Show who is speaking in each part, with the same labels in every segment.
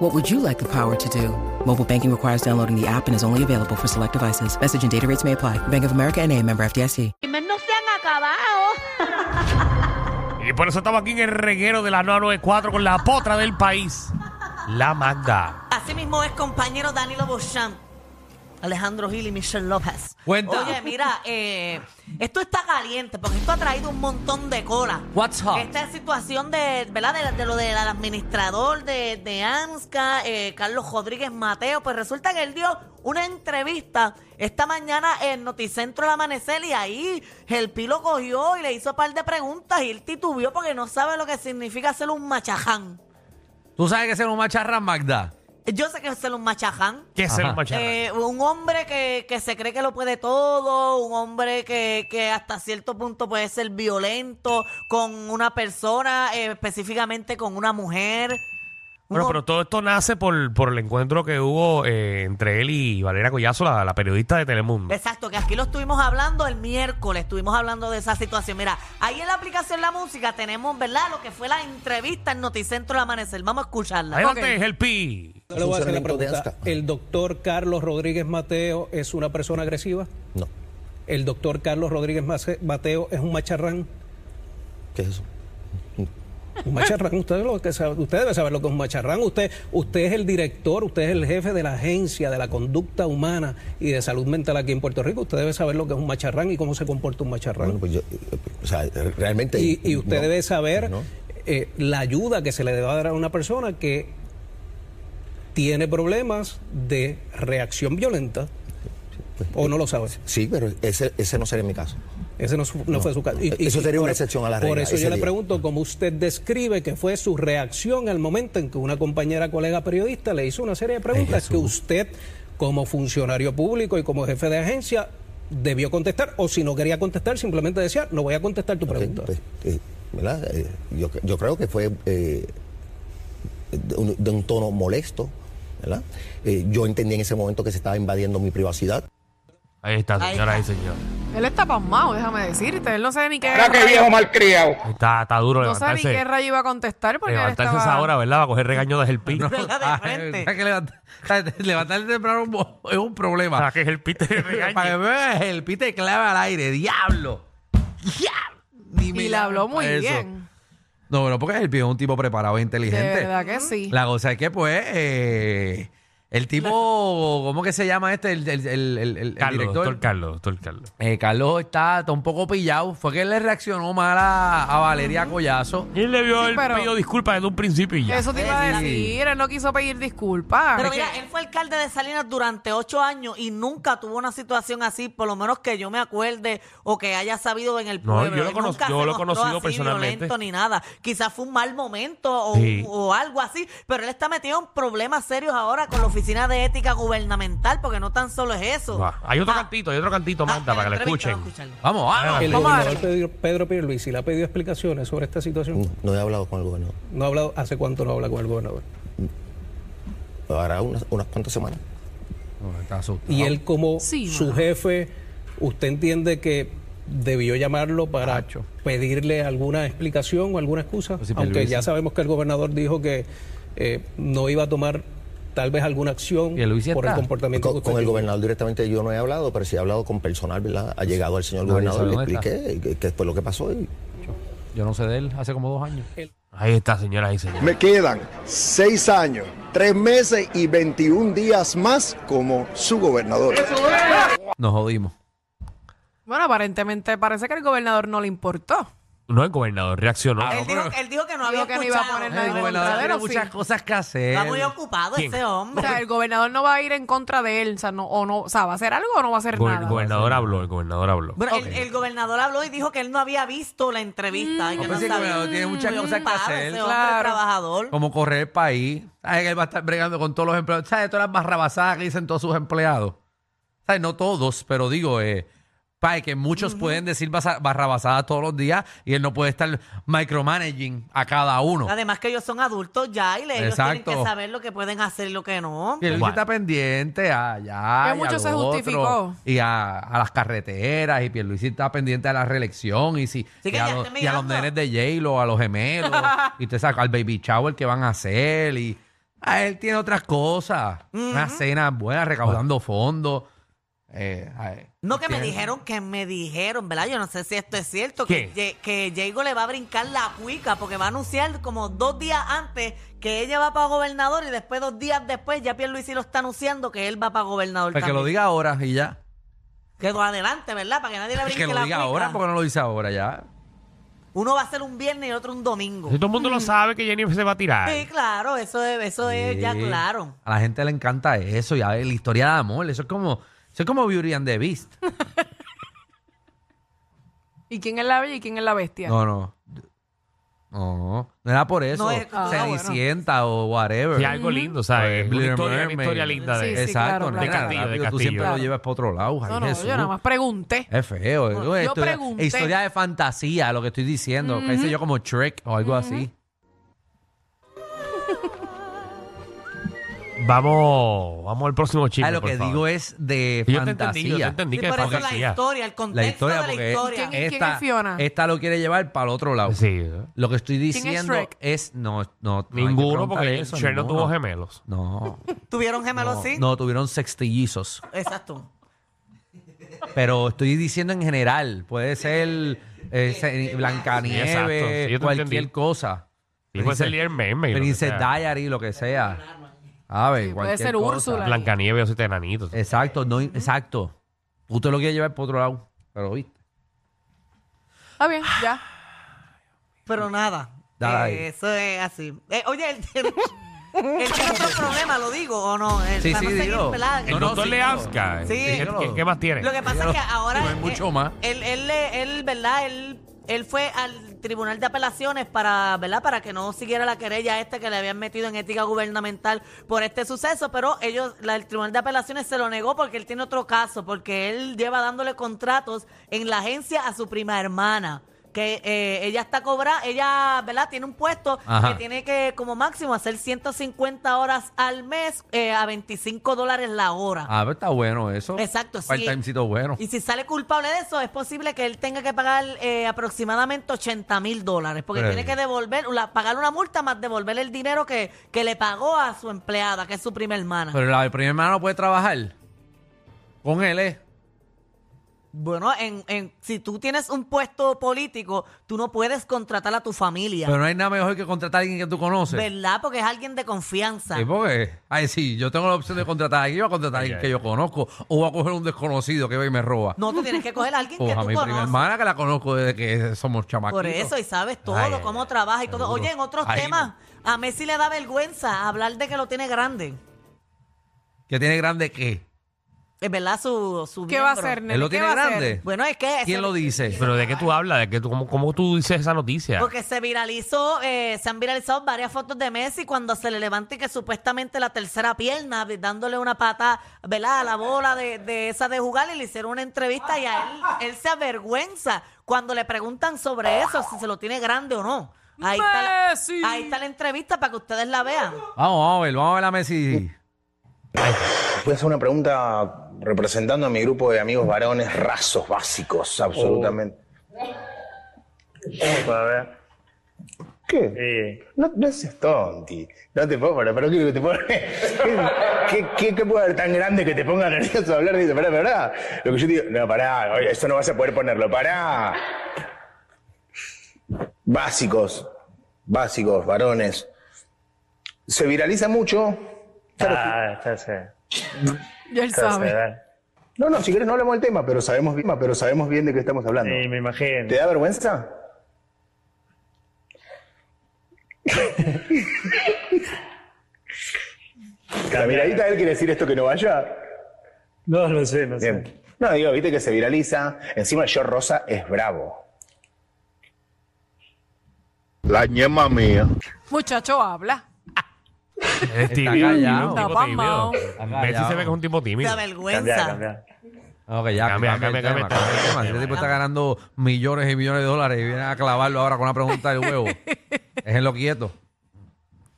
Speaker 1: What would you like the power to do? Mobile banking requires downloading the app and is only available for select devices. Message and data rates may apply. Bank of America and a member FDIC.
Speaker 2: Crimen no se han acabado.
Speaker 3: Y por eso estamos aquí en el reguero de la 994 con la potra del país, la Magda.
Speaker 2: Asimismo es compañero Danilo Beauchamp, Alejandro Gil y Michelle López.
Speaker 4: Cuenta.
Speaker 2: Oye, mira, eh, esto está caliente porque esto ha traído un montón de cola.
Speaker 4: What's up?
Speaker 2: Esta situación de, ¿verdad? De, de lo del administrador de, de ANSCA, eh, Carlos Rodríguez Mateo, pues resulta que él dio una entrevista esta mañana en Noticentro El Amanecer y ahí el pilo cogió y le hizo un par de preguntas y él titubeó porque no sabe lo que significa ser un machaján.
Speaker 4: ¿Tú sabes que ser un macharrán, Magda?
Speaker 2: Yo sé que es ser un machaján.
Speaker 3: ¿Qué es
Speaker 4: Ajá.
Speaker 3: el macharrán?
Speaker 2: Eh, un hombre que, que se cree que lo puede todo, un hombre que, que hasta cierto punto puede ser violento con una persona, eh, específicamente con una mujer.
Speaker 3: bueno,
Speaker 2: Un
Speaker 3: pero
Speaker 2: hom-
Speaker 3: todo esto nace por, por el encuentro que hubo eh, entre él y Valeria Collazo, la, la periodista de Telemundo.
Speaker 2: Exacto, que aquí lo estuvimos hablando el miércoles, estuvimos hablando de esa situación. Mira, ahí en la aplicación La Música tenemos, ¿verdad? Lo que fue la entrevista en Noticentro El Amanecer. Vamos a escucharla.
Speaker 3: Adelante, el pi.
Speaker 5: Yo le voy a hacer la
Speaker 6: Funcionamiento de
Speaker 5: pregunta.
Speaker 6: ASCA.
Speaker 5: ¿El doctor Carlos Rodríguez Mateo es una persona agresiva?
Speaker 6: No.
Speaker 5: ¿El doctor Carlos Rodríguez Mace- Mateo es un macharrán?
Speaker 6: ¿Qué es eso?
Speaker 5: Un macharrán, usted, lo que sabe- usted debe saber lo que es un macharrán. Usted, usted es el director, usted es el jefe de la Agencia de la Conducta Humana y de Salud Mental aquí en Puerto Rico. Usted debe saber lo que es un macharrán y cómo se comporta un macharrán.
Speaker 6: Bueno, pues yo, eh, o sea, realmente...
Speaker 5: y, y usted
Speaker 6: no,
Speaker 5: debe saber
Speaker 6: no.
Speaker 5: eh, la ayuda que se le debe dar a una persona que tiene problemas de reacción violenta o no lo sabe.
Speaker 6: Sí, pero ese, ese no sería mi caso.
Speaker 5: Ese no, su- no fue su caso. Y- y-
Speaker 6: Eso
Speaker 5: y
Speaker 6: sería una
Speaker 5: por-
Speaker 6: excepción a la
Speaker 5: Por
Speaker 6: regla,
Speaker 5: eso
Speaker 6: ese
Speaker 5: yo le
Speaker 6: día.
Speaker 5: pregunto cómo usted describe que fue su reacción al momento en que una compañera, colega periodista le hizo una serie de preguntas que usted, como funcionario público y como jefe de agencia, debió contestar. O si no quería contestar, simplemente decía, no voy a contestar tu
Speaker 6: Ok,
Speaker 5: pregunta.
Speaker 6: pues, eh, ¿verdad? Eh, yo, yo creo que fue eh, de, un, de un tono molesto, ¿verdad? Eh, yo entendí en ese momento que se estaba invadiendo mi privacidad.
Speaker 3: Ahí está,
Speaker 2: Ahí
Speaker 3: señora y
Speaker 2: está.
Speaker 3: señor.
Speaker 7: Él está pasmado, déjame decirte. Él no sabe ni qué.
Speaker 8: Mira qué viejo malcriado.
Speaker 3: Está, está duro
Speaker 7: no sabe ni qué
Speaker 3: levantarse.
Speaker 7: rayo iba a contestar porque él
Speaker 3: levantarse
Speaker 7: estaba...
Speaker 3: esa hora, ¿verdad? Va a coger regaño de el pi.
Speaker 2: de frente.
Speaker 4: que levanta- levantarse temprano es un bo- es un problema.
Speaker 3: Para que el pi te
Speaker 4: Para que
Speaker 3: regañe.
Speaker 4: veas, el pite clava al aire. ¡Diablo! ¡Diablo! Ni
Speaker 7: Y le
Speaker 4: milagro
Speaker 7: habló muy
Speaker 4: para eso.
Speaker 7: bien.
Speaker 4: No, pero porque el pie es un tipo preparado e
Speaker 7: De
Speaker 4: inteligente.
Speaker 7: verdad que sí.
Speaker 4: La cosa es que, pues, eh, el tipo, ¿cómo que se llama este? El, el- el- el- el
Speaker 3: Carlos,
Speaker 4: director.
Speaker 3: doctor Carlos, doctor Carlos.
Speaker 4: Eh, Carlos está, está un poco pillado. Fue que él le reaccionó mal a, a Valeria Collazo.
Speaker 3: Y él le vio
Speaker 7: Sí,
Speaker 3: el
Speaker 7: pero-
Speaker 3: pedido disculpas desde un principio y ya.
Speaker 7: Eso te iba a decir. Él no quiso pedir disculpas.
Speaker 2: Pero
Speaker 7: Es
Speaker 2: mira, él fue alcalde de Salinas durante ocho años y nunca tuvo una situación así, por lo menos que yo me acuerde o que haya sabido en el
Speaker 3: No,
Speaker 2: pueblo.
Speaker 3: yo lo
Speaker 2: Él
Speaker 3: conoz- yo
Speaker 2: nunca se
Speaker 3: lo he
Speaker 2: mostró
Speaker 3: conocido
Speaker 2: así
Speaker 3: personalmente.
Speaker 2: violento ni nada. Quizás fue un mal momento o,
Speaker 3: Sí.
Speaker 2: o algo así, pero él está metido en problemas serios ahora con la Oficina de Ética Gubernamental, porque no tan solo es eso.
Speaker 3: Va. Hay otro
Speaker 2: Ah,
Speaker 3: cantito, hay otro cantito,
Speaker 2: ah,
Speaker 3: manda,
Speaker 2: en
Speaker 3: para que
Speaker 2: la
Speaker 3: lo
Speaker 2: entrevista,
Speaker 3: escuchen.
Speaker 2: vamos a escucharlo.
Speaker 4: Vamos, vamos.
Speaker 5: El
Speaker 7: Vamos a
Speaker 5: gobernador Pedro, Pedro Pierluisi le ha pedido explicaciones sobre esta situación.
Speaker 6: No, no he hablado con el gobernador.
Speaker 5: No ha hablado, ¿hace cuánto no habla con el gobernador?
Speaker 6: Hará unas, unas cuantas semanas.
Speaker 4: No, está asustado.
Speaker 5: Y él como
Speaker 7: Sí,
Speaker 5: su
Speaker 7: mano.
Speaker 5: jefe, ¿usted entiende que debió llamarlo para
Speaker 4: Acho.
Speaker 5: pedirle alguna explicación o alguna excusa?
Speaker 4: Pues sí,
Speaker 5: Aunque
Speaker 4: Pierluisi.
Speaker 5: ya sabemos que el gobernador dijo que eh, no iba a tomar tal vez alguna acción
Speaker 4: Pierluisi
Speaker 5: por el
Speaker 4: está.
Speaker 5: comportamiento que
Speaker 6: Con,
Speaker 5: usted
Speaker 6: con el
Speaker 5: tuvo.
Speaker 6: gobernador directamente yo no he hablado, pero sí he hablado con personal, ¿verdad? Ha llegado al señor
Speaker 4: Nadie
Speaker 6: gobernador,
Speaker 4: sabe
Speaker 6: le
Speaker 4: dónde está.
Speaker 6: expliqué que- que fue lo que pasó y
Speaker 4: Yo no sé de él hace como dos años.
Speaker 3: Ahí está, señora y señor.
Speaker 9: Me quedan seis años, tres meses y 21 días más como su gobernador.
Speaker 4: Nos jodimos.
Speaker 7: Bueno, aparentemente parece que el gobernador no le importó.
Speaker 3: No, el gobernador reaccionó.
Speaker 2: Él dijo, él dijo que no había
Speaker 7: Dijo que no iba a
Speaker 2: escuchado.
Speaker 7: poner nada
Speaker 4: El
Speaker 7: en contra
Speaker 4: gobernador
Speaker 7: de él,
Speaker 4: tiene
Speaker 7: ¿o sí?
Speaker 4: muchas cosas que hacer.
Speaker 2: Está muy ocupado
Speaker 3: ¿Quién?
Speaker 2: ese
Speaker 7: O
Speaker 2: hombre.
Speaker 7: sea, el gobernador no va a ir en contra de él. O sea, no, o no, o sea, va a hacer algo o no va a hacer
Speaker 3: Go-
Speaker 7: nada.
Speaker 3: el gobernador habló, el gobernador habló.
Speaker 2: Bueno, el, el gobernador habló y dijo que él no había visto la entrevista. y
Speaker 4: No,
Speaker 2: que
Speaker 4: pues
Speaker 2: no
Speaker 4: el gobernador
Speaker 2: sabía.
Speaker 4: tiene muchas
Speaker 2: Mm,
Speaker 4: cosas que
Speaker 2: claro,
Speaker 4: hacer.
Speaker 2: Ese hombre
Speaker 7: Claro.
Speaker 2: trabajador.
Speaker 4: Como correr el país. ¿Sabes que él va a estar bregando con todos los empleados? ¿Sabes todas las barrabasadas que dicen todos sus empleados? ¿Sabes? No todos, pero digo, eh, Pae, que muchos pueden decir basa- barrabasadas todos los días y él no puede estar micromanaging a cada uno.
Speaker 2: Además que ellos son adultos ya y le- ellos
Speaker 4: Exacto.
Speaker 2: tienen que saber lo que pueden hacer y lo que no.
Speaker 4: Y él
Speaker 3: Bueno.
Speaker 4: está pendiente a allá.
Speaker 7: Que
Speaker 4: y a
Speaker 7: mucho
Speaker 4: lo
Speaker 7: se
Speaker 4: otro,
Speaker 7: justificó.
Speaker 4: y a, a las carreteras. Y Pierluisi está pendiente a la reelección. Y, si,
Speaker 2: Sí, que
Speaker 4: y a,
Speaker 2: ya
Speaker 4: los,
Speaker 2: estoy
Speaker 4: y a los
Speaker 2: mirando.
Speaker 4: nenes de J-Lo, a los gemelos. y te saca al baby shower que van a hacer. Y a él tiene otras cosas. Unas cenas buenas, recaudando fondos. Eh, a él
Speaker 2: No, que me
Speaker 4: tiene-
Speaker 2: dijeron, que me dijeron, ¿verdad? Yo no sé si esto es cierto,
Speaker 3: ¿Qué?
Speaker 2: que, Ye- que Diego le va a brincar la cuica porque va a anunciar como dos días antes que ella va para gobernador y después dos días después ya Pierluisi lo está anunciando que él va para gobernador
Speaker 4: Pues que
Speaker 2: también.
Speaker 4: lo diga ahora y ya.
Speaker 2: Que lo adelante, ¿verdad? Para que nadie le brinque
Speaker 4: Pues Que lo
Speaker 2: la
Speaker 4: diga
Speaker 2: cuica.
Speaker 4: ahora porque no lo dice ahora ya.
Speaker 2: Uno va a ser un viernes y otro un domingo.
Speaker 3: Si todo el mundo lo sabe que Jennifer se va a tirar.
Speaker 2: Sí, claro, eso es, eso es ya
Speaker 4: Sí.
Speaker 2: claro.
Speaker 4: A la gente le encanta eso. Y a ver, la historia de amor. Eso es como, eso es como Beauty and the Beast.
Speaker 7: ¿Y quién es la bella y quién es la bestia?
Speaker 4: No, no. No, no era por eso.
Speaker 2: No,
Speaker 7: eh,
Speaker 2: es- ah, bueno.
Speaker 4: Cenicienta o whatever.
Speaker 3: Sí, algo lindo, ¿sabes?
Speaker 4: Pues,
Speaker 3: Una
Speaker 4: Little
Speaker 3: historia, una
Speaker 4: Mermaid.
Speaker 3: historia linda de
Speaker 7: Sí, sí,
Speaker 4: Exacto,
Speaker 7: claro,
Speaker 4: no
Speaker 7: claro.
Speaker 4: era
Speaker 3: De castillo, de
Speaker 4: rápido, Tú
Speaker 3: castillo.
Speaker 4: siempre lo
Speaker 7: Claro.
Speaker 4: llevas para otro lado. ay,
Speaker 7: No, no,
Speaker 4: Jesús.
Speaker 7: yo nada más pregunté.
Speaker 4: Es feo.
Speaker 7: Yo
Speaker 4: es historia-
Speaker 7: pregunté.
Speaker 4: Historia de fantasía, lo que estoy diciendo. Que hice yo como Shrek o algo así.
Speaker 3: Vamos, vamos al próximo chisme.
Speaker 4: Ah, lo
Speaker 3: por
Speaker 4: que
Speaker 3: favor.
Speaker 4: digo es de
Speaker 3: Yo te entendí, yo te
Speaker 4: fantasía.
Speaker 3: entendí
Speaker 2: Sí,
Speaker 3: que es
Speaker 2: por eso la
Speaker 3: fantasía.
Speaker 2: historia, el
Speaker 4: La
Speaker 2: contexto
Speaker 4: historia,
Speaker 2: de la
Speaker 4: porque
Speaker 2: historia.
Speaker 7: ¿Quién- quién
Speaker 4: esta,
Speaker 7: es Fiona?
Speaker 4: esta lo quiere llevar para el otro lado.
Speaker 3: Sí.
Speaker 4: Lo que estoy
Speaker 7: es
Speaker 4: diciendo
Speaker 7: Shrek?
Speaker 4: es, no, no, no hay que
Speaker 3: Ninguno,
Speaker 4: preguntarle
Speaker 3: porque
Speaker 4: eso,
Speaker 3: Cher no
Speaker 4: ninguno.
Speaker 3: tuvo gemelos.
Speaker 4: No,
Speaker 2: ¿Tuvieron gemelos
Speaker 4: no,
Speaker 2: sí?
Speaker 4: no, tuvieron sextillizos.
Speaker 2: Exacto.
Speaker 4: Pero estoy diciendo en general, puede ser eh, ce- Blancanieves,
Speaker 3: Exacto, sí, yo te
Speaker 4: cualquier
Speaker 3: entendí.
Speaker 4: cosa.
Speaker 3: Y puede ser Little Mermaid. lo que
Speaker 4: Princess
Speaker 3: sea.
Speaker 4: Diary, lo que sea. A ver,
Speaker 7: Sí, puede
Speaker 4: cualquier
Speaker 7: ser
Speaker 4: cosa.
Speaker 7: Úrsula.
Speaker 3: Blancanieves, yo soy tenanito.
Speaker 4: Exacto, no, exacto. Usted lo quiere llevar por otro lado, pero viste.
Speaker 7: Está bien, ya.
Speaker 2: Ah, Pero nada.
Speaker 4: Nada
Speaker 2: eh,
Speaker 4: ahí.
Speaker 2: eso es así. Eh, oye, el tiene otro problema, lo digo, ¿o no? El,
Speaker 4: Sí,
Speaker 2: para
Speaker 4: sí,
Speaker 2: no seguir,
Speaker 4: dilo.
Speaker 2: ¿verdad?
Speaker 3: El
Speaker 4: No, no,
Speaker 3: doctor
Speaker 4: sí,
Speaker 3: Leamsca.
Speaker 2: Sí.
Speaker 3: ¿Qué, qué- qué más tiene?
Speaker 2: Lo que pasa
Speaker 4: Dígalo.
Speaker 2: es que ahora.
Speaker 4: No hay
Speaker 2: eh,
Speaker 4: mucho más.
Speaker 2: Él, él, él, ¿verdad? Él, él fue al Tribunal de Apelaciones para, ¿verdad? Para que no siguiera la querella esta que le habían metido en ética gubernamental por este suceso, pero ellos, la- el Tribunal de Apelaciones se lo negó porque él tiene otro caso, porque él lleva dándole contratos en la agencia a su prima hermana. Que eh, ella está cobrada, ella, ¿verdad? Tiene un puesto
Speaker 4: Ajá.
Speaker 2: que tiene que, como máximo, hacer 150 horas al mes eh, a 25 dólares la hora.
Speaker 4: Ah, pero está bueno eso.
Speaker 2: Exacto, sí.
Speaker 4: Part-timecito bueno.
Speaker 2: Y si sale culpable de eso, es posible que él tenga que pagar eh, aproximadamente 80 mil dólares, porque
Speaker 4: Pero-
Speaker 2: tiene que devolver, la- pagar una multa más devolver el dinero que, que le pagó a su empleada, que es su prima hermana.
Speaker 4: Pero la primera hermana no puede trabajar con él, ¿eh?
Speaker 2: bueno, en, en, si tú tienes un puesto político, tú no puedes contratar a tu familia,
Speaker 4: Pero no hay nada mejor que contratar a alguien que tú conoces.
Speaker 2: ¿verdad? Porque es alguien de confianza.
Speaker 4: Sí, pues. porque, ay, sí, yo tengo la opción de contratar a alguien, yo voy a contratar a alguien
Speaker 3: Ay,
Speaker 4: que
Speaker 3: ay.
Speaker 4: yo conozco, o voy a coger un desconocido que ve y me roba.
Speaker 2: No, tú tienes que coger a alguien
Speaker 4: o
Speaker 2: que
Speaker 4: Pues, a
Speaker 2: tú
Speaker 4: mi prima
Speaker 2: conoces.
Speaker 4: hermana que la conozco desde que somos chamaquitos.
Speaker 2: Por eso, y sabes todo,
Speaker 4: Ay, ay,
Speaker 2: cómo
Speaker 4: ay,
Speaker 2: trabaja y todo.
Speaker 4: seguro.
Speaker 2: Oye, en otros
Speaker 4: Ahí
Speaker 2: temas, a Messi le da vergüenza hablar de que lo tiene grande.
Speaker 4: Que tiene grande qué.
Speaker 2: Es verdad su, su
Speaker 7: ¿Qué va a
Speaker 2: miembro.
Speaker 7: hacer, nene?
Speaker 4: Él lo
Speaker 7: ¿Qué
Speaker 4: tiene
Speaker 7: va a hacer?
Speaker 4: grande.
Speaker 2: Bueno, es que...
Speaker 4: Eh, ¿Quién
Speaker 2: se-
Speaker 4: lo dice?
Speaker 3: Pero ¿de qué tú hablas? ¿De qué tú, cómo, cómo tú dices esa noticia?
Speaker 2: Porque se viralizó, eh, se han viralizado varias fotos de Messi cuando se le levanta y que supuestamente la tercera pierna, ve- dándole una pata, ¿verdad? A la bola de, de esa de jugar y le hicieron una entrevista y a él, él se avergüenza cuando le preguntan sobre eso, si se lo tiene grande o no. Ahí está,
Speaker 7: ¡Messi!
Speaker 2: la, ahí está la entrevista para que ustedes la vean.
Speaker 4: Vamos, vamos a ver, vamos a ver a Messi.
Speaker 8: Voy a hacer una pregunta representando a mi grupo de amigos varones rasos, básicos, absolutamente.
Speaker 10: Oh. A ver.
Speaker 8: ¿Qué?
Speaker 10: Sí.
Speaker 8: No, no seas tonti. No te puedo parar, pero ¿qué, que te pone- ¿Qué, qué, qué puede haber tan grande que te ponga nervioso a hablar de eso? Pará, pará. Lo que yo te digo, no, pará, oye, eso no vas a poder ponerlo, pará. Básicos, básicos, varones. Se viraliza mucho.
Speaker 10: Ah, está sé.
Speaker 7: Ya él
Speaker 10: Está sé,
Speaker 7: sabe.
Speaker 10: dale.
Speaker 8: No, no, si querés no hablamos del tema, pero sabemos bien, pero sabemos bien de qué estamos hablando.
Speaker 10: Sí, me imagino.
Speaker 8: ¿Te da vergüenza? La miradita de él quiere decir esto que no vaya.
Speaker 10: No, no sé, no sé.
Speaker 8: Bien. No, digo, viste que se viraliza. Encima yo Rosa es bravo.
Speaker 9: La ñema mía.
Speaker 7: Muchacho, habla.
Speaker 3: Es tímido.
Speaker 4: callado.
Speaker 3: es un tipo
Speaker 7: Está
Speaker 3: tímido.
Speaker 7: pasmao.
Speaker 3: Messi se ve que es un tipo
Speaker 2: Se
Speaker 3: tímido.
Speaker 2: avergüenza.
Speaker 10: Cambiá, cambiá.
Speaker 4: Ok,
Speaker 3: Cambia,
Speaker 4: ya, cambia, el
Speaker 3: cambia,
Speaker 4: tema,
Speaker 3: cambia el
Speaker 4: cambia el tema. Ese tipo está ganando millones y millones de dólares y viene a clavarlo ahora con una pregunta de huevo. Déjenlo quieto.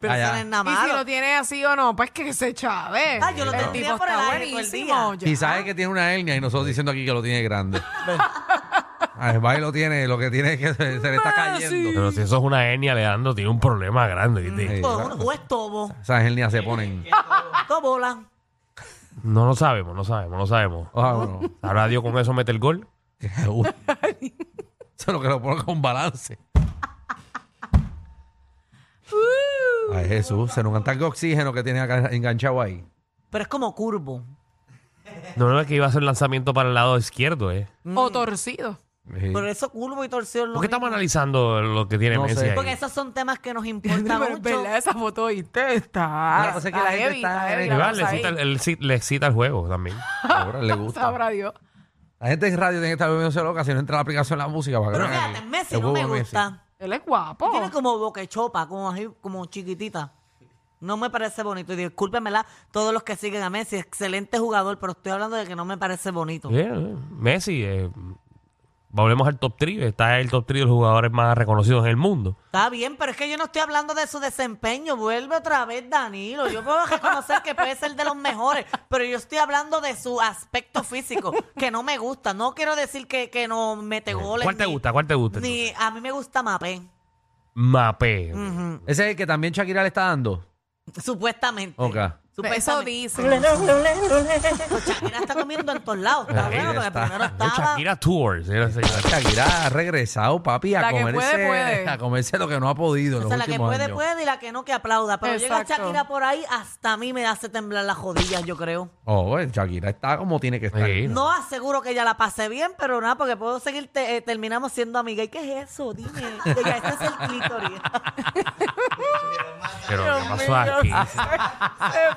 Speaker 2: Pero
Speaker 4: Ah,
Speaker 2: eso
Speaker 4: ya.
Speaker 2: no es nada
Speaker 7: Y si lo
Speaker 2: malo.
Speaker 7: tiene así o no, pues que se chave.
Speaker 2: Ah, yo lo tendría por el aire todo el día.
Speaker 7: ya.
Speaker 4: Y sabe que tiene una hernia y nosotros diciendo aquí que lo tiene grande. Ay, va y lo tiene, lo que tiene es que se, se le está
Speaker 2: Ah,
Speaker 4: cayendo.
Speaker 3: Pero si eso es una hernia, Leandro tiene un problema grande. ¿viste?
Speaker 4: Sí.
Speaker 2: O un- Pues, o es tobo.
Speaker 4: Esas hernias se ponen.
Speaker 2: Tobola.
Speaker 3: No lo sabemos, no sabemos, no sabemos.
Speaker 4: Ojalá no.
Speaker 3: Sabrá Dios con eso mete el gol.
Speaker 4: Uy. Eso es lo que lo pone con balance. Ay, Jesús, se nos tanque de oxígeno que tiene acá enganchado ahí.
Speaker 2: Pero es como curvo.
Speaker 3: No, no es que iba a hacer lanzamiento para el lado izquierdo, ¿eh?
Speaker 7: O mm,
Speaker 2: Mm.
Speaker 7: torcido.
Speaker 4: Sí.
Speaker 2: Pero eso curvo y torcido es lo
Speaker 3: ¿Por qué
Speaker 2: mismo.
Speaker 3: estamos analizando lo que tiene
Speaker 4: No sé.
Speaker 3: Messi ahí?
Speaker 2: Porque esos son temas que nos importan
Speaker 7: Pero
Speaker 2: mucho.
Speaker 7: es verdad, esa foto y te está.
Speaker 4: La cosa pues es que la gente
Speaker 7: heavy,
Speaker 4: está-
Speaker 7: heavy, la
Speaker 4: Igual,
Speaker 3: Iván,
Speaker 7: cosa
Speaker 3: le, excita,
Speaker 7: ahí.
Speaker 3: el- el ci- le excita el juego también.
Speaker 4: Ahora le gusta.
Speaker 7: Sabrá Dios.
Speaker 4: La gente en radio tiene que estar volviéndose loca si no entra la aplicación la música. Para que
Speaker 2: Pero
Speaker 4: vean
Speaker 2: fíjate,
Speaker 4: el-
Speaker 2: Messi
Speaker 4: el
Speaker 2: no me
Speaker 4: huevo de Messi.
Speaker 2: gusta.
Speaker 7: Él es guapo.
Speaker 2: Tiene como boquechopa, como así, como chiquitita. No me parece bonito. Y discúlpenmela todos los que siguen a Messi. Excelente jugador, pero estoy hablando de que no me parece bonito.
Speaker 3: Bien, eh, Messi, eh, volvemos al top 3. Está el top 3 de los jugadores más reconocidos en el mundo.
Speaker 2: Está bien, pero es que yo no estoy hablando de su desempeño. Vuelve otra vez Danilo. Yo puedo reconocer que puede ser de los mejores, pero yo estoy hablando de su aspecto físico, que no me gusta. No quiero decir que, que no mete goles.
Speaker 3: ¿Cuál te
Speaker 2: ni-
Speaker 3: gusta? ¿Cuál te gusta?
Speaker 2: Ni, Mm. a mí me gusta Mapé,
Speaker 3: Mapé.
Speaker 4: Ese es el que también Shakira le está dando.
Speaker 2: supuestamente.
Speaker 4: Ok.
Speaker 7: Eso
Speaker 2: Supuestamente.
Speaker 7: dice.
Speaker 2: Shakira está comiendo en todos lados. Está
Speaker 4: Ahí
Speaker 2: bueno, porque
Speaker 4: está.
Speaker 2: primero
Speaker 3: El
Speaker 2: estaba...
Speaker 3: Shakira Tours. era ese-
Speaker 4: Shakira ha regresado, papi, a
Speaker 7: La que
Speaker 4: comerse,
Speaker 7: puede, puede.
Speaker 4: a comerse lo que no ha podido. en
Speaker 2: O
Speaker 4: los
Speaker 2: sea, la que
Speaker 4: últimos
Speaker 2: puede,
Speaker 4: años.
Speaker 2: puede y la que no, que aplauda. Pero llega
Speaker 7: Exacto.
Speaker 2: Shakira por ahí, hasta a mí me hace temblar las rodillas, yo creo.
Speaker 4: Oh, bueno, Shakira está como tiene que estar.
Speaker 3: Sí.
Speaker 2: No aseguro que ella la pase bien, pero nada, porque puedo seguir, te- eh, terminamos siendo amiga. ¿Y qué es eso? Dime. Ella, ese es el clítoris.
Speaker 3: Pero, ¿qué
Speaker 7: Dios
Speaker 3: pasó
Speaker 7: mío,
Speaker 3: aquí?
Speaker 7: Se